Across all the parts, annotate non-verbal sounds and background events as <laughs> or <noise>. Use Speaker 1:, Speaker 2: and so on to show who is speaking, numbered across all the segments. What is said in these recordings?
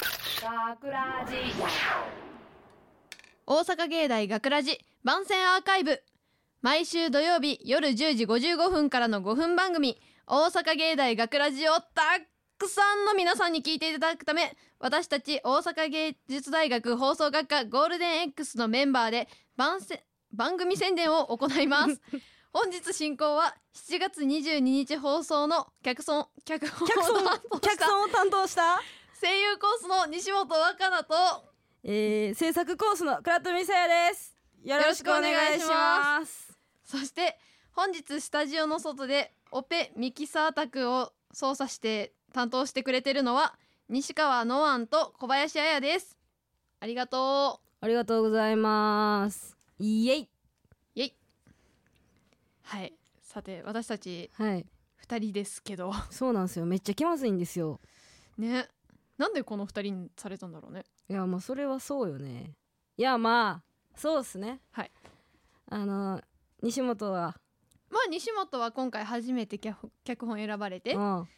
Speaker 1: 学ラジ
Speaker 2: 大阪芸大学ラジ番宣アーカイブ毎週土曜日夜10時55分からの5分番組「大阪芸大学ラジをたくさんの皆さんに聞いていただくため私たち大阪芸術大学放送学科ゴールデン X のメンバーで番宣番組宣伝を行い
Speaker 3: <laughs>
Speaker 2: ます本日進行は7月22日放送の脚本脚本を
Speaker 3: 客
Speaker 2: 担
Speaker 3: 層
Speaker 2: 当
Speaker 3: 客
Speaker 2: した
Speaker 3: 層を担当した、
Speaker 2: <laughs> 声優コースの西本若菜と
Speaker 3: えー、制作コースの倉富沙耶ですよろしくお願いします
Speaker 2: そして本日スタジオの外でオペミキサー宅を操作して担当してくれてるのは西川ノアンと小林彩ですありがと
Speaker 3: ありがとうございますイエイ
Speaker 2: うイェイはいさて私たち
Speaker 3: はい
Speaker 2: 2人ですけど
Speaker 3: そうなんですよめっちゃ気まずいんですよ
Speaker 2: <laughs> ねなんでこの2人にされたんだろうね
Speaker 3: いやまあそれはそうよねいやまあそうっすね
Speaker 2: はい
Speaker 3: あの西本は
Speaker 2: まあ西本は今回初めて脚脚本選ばれて
Speaker 3: うん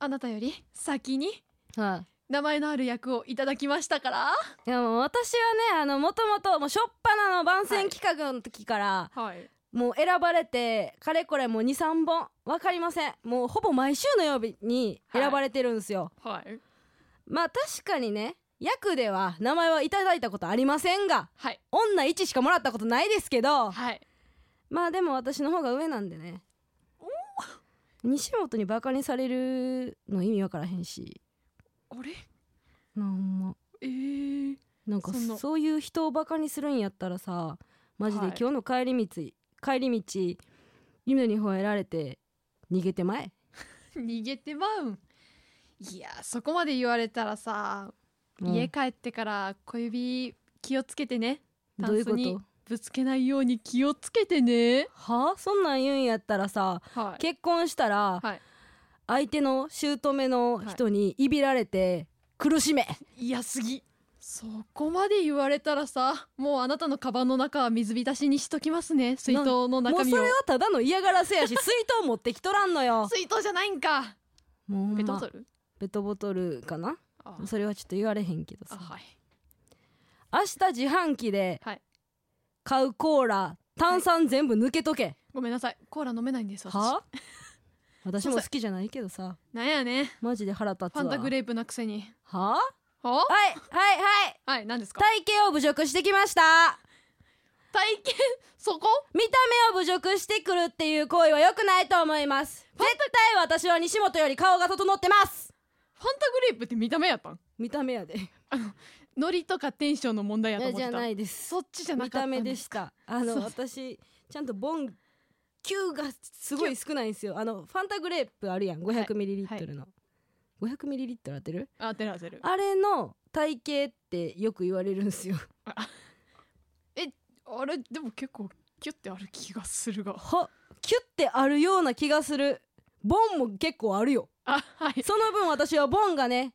Speaker 2: あなたより先に
Speaker 3: はい
Speaker 2: 名前のある役をいただきましたから
Speaker 3: いやもう私はねあのもともともう初っ端の番宣企画の時から、
Speaker 2: はい
Speaker 3: もう選ばれてかれこれもう23本わかりませんもうほぼ毎週の曜日に選ばれてるんですよ、
Speaker 2: はい
Speaker 3: まあ確かにね役では名前はいただいたことありませんが
Speaker 2: はい
Speaker 3: 女1しかもらったことないですけど
Speaker 2: はい
Speaker 3: まあでも私の方が上なんでね西本にバカにされるの意味わからへんし
Speaker 2: あれ
Speaker 3: なんま
Speaker 2: えー、
Speaker 3: なんか
Speaker 2: そんな
Speaker 3: そういう人をバカにするんやったらさマジで
Speaker 2: はい
Speaker 3: 今日の帰り道、帰り道夢に吠えられて逃げてまえ
Speaker 2: <laughs> 逃げてまうんいやそこまで言われたらさ、
Speaker 3: もう
Speaker 2: 家帰ってから小指気をつけてねタ
Speaker 3: どうい
Speaker 2: ン
Speaker 3: う
Speaker 2: ス
Speaker 3: こ
Speaker 2: に
Speaker 3: と
Speaker 2: ぶつけないように気をつけてね
Speaker 3: はあそんなん言うんやったらさ
Speaker 2: はい
Speaker 3: 結婚したら、
Speaker 2: はい
Speaker 3: 相手の姑の人にいびられて苦しめ、
Speaker 2: 嫌すぎそこまで言われたらさもうあなたのカバンの中は水浸しにしときますね水筒の
Speaker 3: も
Speaker 2: 中
Speaker 3: う
Speaker 2: 身
Speaker 3: そ
Speaker 2: を
Speaker 3: れはただの嫌がら
Speaker 2: <laughs>
Speaker 3: せやし水筒持ってきとらんのよ
Speaker 2: 水筒じゃないんか
Speaker 3: もうほんま
Speaker 2: ペットボトル
Speaker 3: ペットボトルかな
Speaker 2: あ
Speaker 3: それはちょっと言われへんけど
Speaker 2: あ
Speaker 3: さ
Speaker 2: はい
Speaker 3: 明日自販機で
Speaker 2: はい
Speaker 3: 買うコーラ炭酸全部抜けとけ、
Speaker 2: ごめんなさいコーラ飲めないんです私
Speaker 3: は私も好きじゃないけど
Speaker 2: <laughs>
Speaker 3: さ
Speaker 2: なんやね
Speaker 3: マジで腹立つ
Speaker 2: フ
Speaker 3: わ
Speaker 2: ァンタグ
Speaker 3: ー
Speaker 2: レープなくせに
Speaker 3: は
Speaker 2: は
Speaker 3: はいはいはい
Speaker 2: はい何ですか
Speaker 3: 体型を侮辱してきました
Speaker 2: 体験そこ
Speaker 3: 見た目を侮辱してくるっていう行為は良くないと思います絶対私は西本より顔が整ってます
Speaker 2: ファンタグレープって見た目やったん
Speaker 3: 見た目やでい
Speaker 2: ノリとかテンションの問題やと
Speaker 3: や
Speaker 2: 思っ
Speaker 3: じ
Speaker 2: て
Speaker 3: ゃ
Speaker 2: た
Speaker 3: ないです
Speaker 2: そっちじゃなか
Speaker 3: 見
Speaker 2: った
Speaker 3: た
Speaker 2: んだ
Speaker 3: 目でしたあの
Speaker 2: そう
Speaker 3: 私ちゃんとボン9がすごい少ないんですよあのファンタグレープあるやん 500ml の、500ml 当てる
Speaker 2: あてるあてる
Speaker 3: あれの体型ってよく言われるんですよ
Speaker 2: あれでも結構キュッてある気がするが
Speaker 3: はキュッてあるような気がするボンも結構あるよ
Speaker 2: あはい
Speaker 3: <laughs> その分私はボンがね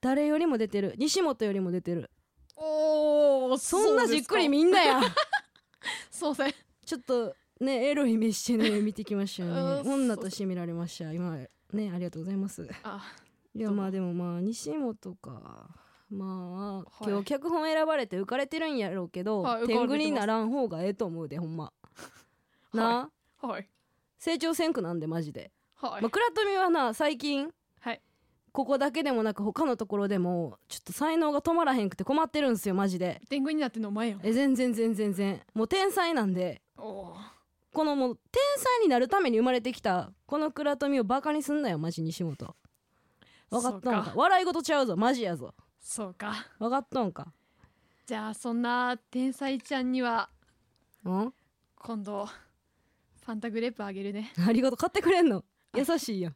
Speaker 3: 誰よりも出てる西本よりも出てる
Speaker 2: おお
Speaker 3: そんなじっくりみんなや <laughs>
Speaker 2: そうせん
Speaker 3: ちょっとねエロい目してね見てきま <laughs> したよ
Speaker 2: う
Speaker 3: ね
Speaker 2: ん
Speaker 3: 女として見られました今ねありがとうございます
Speaker 2: あ
Speaker 3: いや
Speaker 2: どう
Speaker 3: まあでもまあ西本かまあ、
Speaker 2: はい
Speaker 3: 今日脚本選ばれて浮かれてるんやろうけど、
Speaker 2: はい浮かれてま
Speaker 3: 天
Speaker 2: す
Speaker 3: 狗にならん方がええと思うでほんま、なあ
Speaker 2: はい
Speaker 3: 成長せんくなんでマジで
Speaker 2: はい、
Speaker 3: まあ、倉富はな最近、
Speaker 2: はい
Speaker 3: ここだけでもなく他のところでもちょっと才能が止まらへんくて困ってるんですよマジで
Speaker 2: 天狗になってんのお前やん
Speaker 3: え全然全然全然もう天才なんで
Speaker 2: おー
Speaker 3: このもう天才になるために生まれてきたこの倉富をバカにすんなよマジ西本分か
Speaker 2: そ
Speaker 3: ったんか
Speaker 2: うか
Speaker 3: 笑い事ちゃうぞマジやぞ
Speaker 2: そうか
Speaker 3: 分かったんか
Speaker 2: じゃあそんな天才ちゃんには
Speaker 3: うん
Speaker 2: 今度ファンタグレープあげるね
Speaker 3: ありがとう買ってくれんの優しいや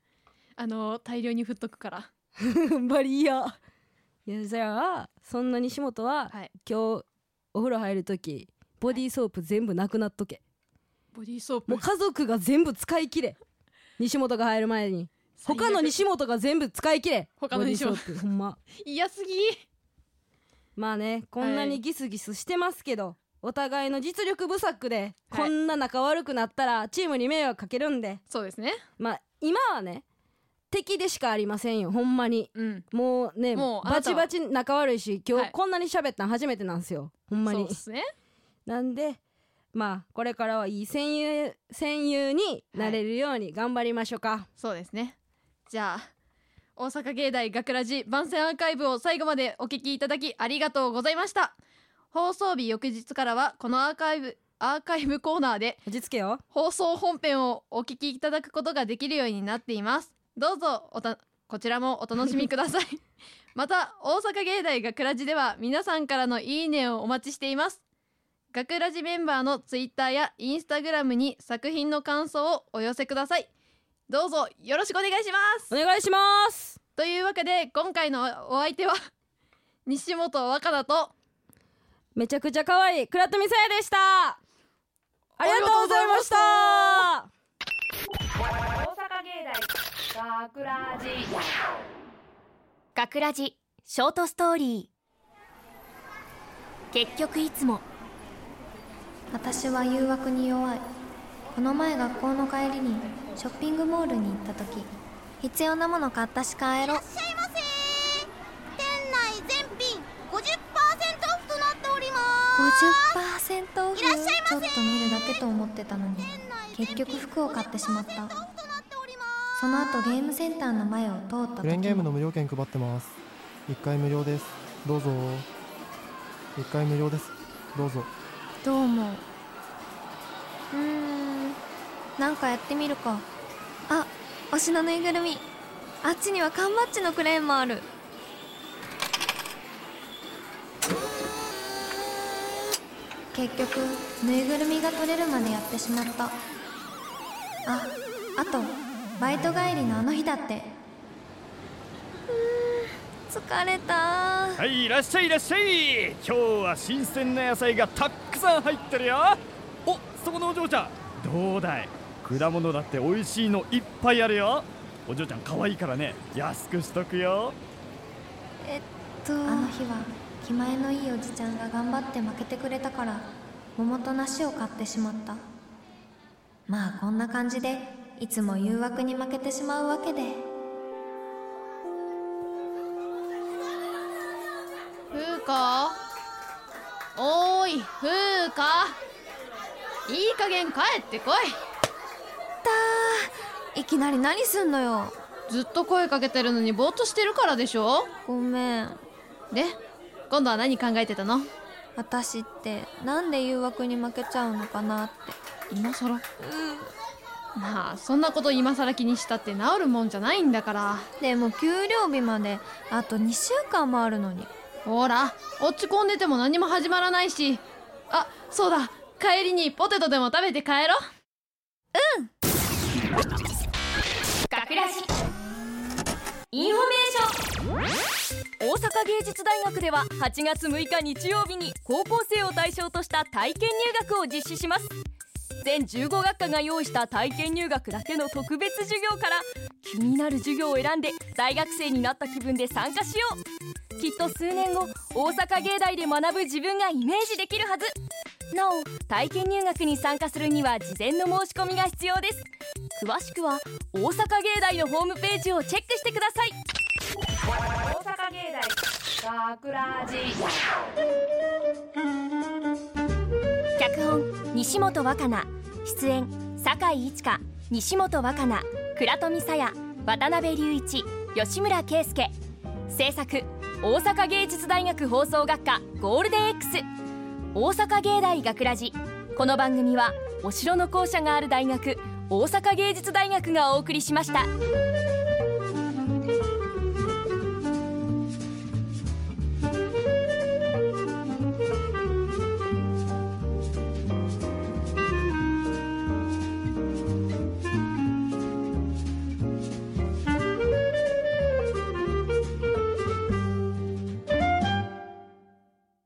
Speaker 2: あの大量に振っとくから
Speaker 3: ん <laughs> バリアいやじゃあそんな西本は
Speaker 2: はい
Speaker 3: 今日お風呂入る時ボディーソープ全部なくなっとけ
Speaker 2: ボディーソープ
Speaker 3: もう家族が全部使い
Speaker 2: <laughs>
Speaker 3: 切れ西本が入る前に
Speaker 2: 最悪
Speaker 3: 他の西本が全部使い切れ
Speaker 2: 他の西本
Speaker 3: ボディーソープほんま
Speaker 2: 嫌すぎ
Speaker 3: まあねこんなにギスギスしてますけど、お互いの実力不足で
Speaker 2: はい
Speaker 3: こんな仲悪くなったらチームに迷惑かけるんで、
Speaker 2: そうですね
Speaker 3: まあ今はね的でしかありませんよほんまに
Speaker 2: うん
Speaker 3: もうね
Speaker 2: もうあな
Speaker 3: バ
Speaker 2: たは
Speaker 3: チバチ仲悪いし今
Speaker 2: は
Speaker 3: 日
Speaker 2: い
Speaker 3: こんなに喋ったの初めてなんですよほんま
Speaker 2: そう
Speaker 3: に
Speaker 2: ですね
Speaker 3: なんでまあこれからはいい戦友戦友になれるように頑張りましょうか、
Speaker 2: そうですねじゃあ大阪芸大学ラジ番宣アーカイブを最後までお聞きいただきありがとうございました放送日翌日からはこのアーカイブアーカイブコーナーで
Speaker 3: 落ち着けよ
Speaker 2: 放送本編をお聞きいただくことができるようになっていますどうぞおたこちらもお楽しみください <laughs> また大阪芸大学ラジでは皆さんからのいいねをお待ちしています学ラジメンバーのツイッターやインスタグラムに作品の感想をお寄せくださいどうぞよろしくお願いします
Speaker 3: お願いします
Speaker 2: というわけで今回のお相手は西本若菜と
Speaker 3: めちゃくちゃ可愛い倉富さやでしたありがとうございました
Speaker 1: 大阪芸大学ラジ
Speaker 4: 学ラジショートストーリー結局いつも
Speaker 5: 私は誘惑に弱いこの前学校の帰りにショッピングモールに行った時必要なもの買ったし帰ろう
Speaker 6: いらっしゃいませ店内全品50%オフとなっております
Speaker 5: 50%オフ
Speaker 6: いらっしゃいませ
Speaker 5: ちょっと見るだけと思ってたのに結局服を買ってしまった
Speaker 6: オフとなっております
Speaker 5: その後ゲームセンターの前を通った
Speaker 7: クレーン
Speaker 5: 時
Speaker 7: ゲームの
Speaker 5: に
Speaker 7: 無料券配ってます1回無料ですどうぞ1回無料ですどうぞ
Speaker 5: どう思ううーんなんかやってみるかあ推しのぬいぐるみあっちには缶バッジのクレーンもある結局ぬいぐるみが取れるまでやってしまったああとバイト帰りのあの日だってうーん疲れた
Speaker 8: はいいらっしゃいいらっしゃい今日は新鮮な野菜がたっくさん入ってるよおそこのお嬢ちゃんどうだい果物だって美味しいのいっぱいあるよお嬢ちゃん可愛いからね安くしとくよ
Speaker 5: えっとあの日は気前のいいおじちゃんが頑張って負けてくれたから桃と梨を買ってしまったまあこんな感じでいつも誘惑に負けてしまうわけで
Speaker 2: 風花おーい風花いい加減帰ってこい
Speaker 5: いきなり何すんのよ
Speaker 2: ずっと声かけてるのにぼーっとしてるからでしょ
Speaker 5: ごめん
Speaker 2: で今度は何考えてたの
Speaker 5: 私ってなんで誘惑に負けちゃうのかなって
Speaker 2: 今更まあそんなこと今更気にしたって治るもんじゃないんだから
Speaker 5: でも給料日まであと2週間もあるのに
Speaker 2: ほら落ち込んでても何も始まらないしあそうだ帰りにポテトでも食べて帰ろ
Speaker 4: 学ラジインフォメーション大阪芸術大学では8月6日日曜日に高校生を対象とした体験入学を実施します全15学科が用意した体験入学だけの特別授業から気になる授業を選んで大学生になった気分で参加しようきっと数年後大阪芸大で学ぶ自分がイメージできるはずなお体験入学に参加するには事前の申し込みが必要です詳しくは大阪芸大のホームページをチェックしてください
Speaker 1: 大阪芸大学ラジ
Speaker 4: 脚本西本若菜出演酒井一華西本若菜倉富沙耶渡辺隆一吉村圭介制作大阪芸術大学放送学科ゴールデン X 大阪芸大学ラジこの番組はお城の校舎がある大学大阪芸術大学がお送りしました。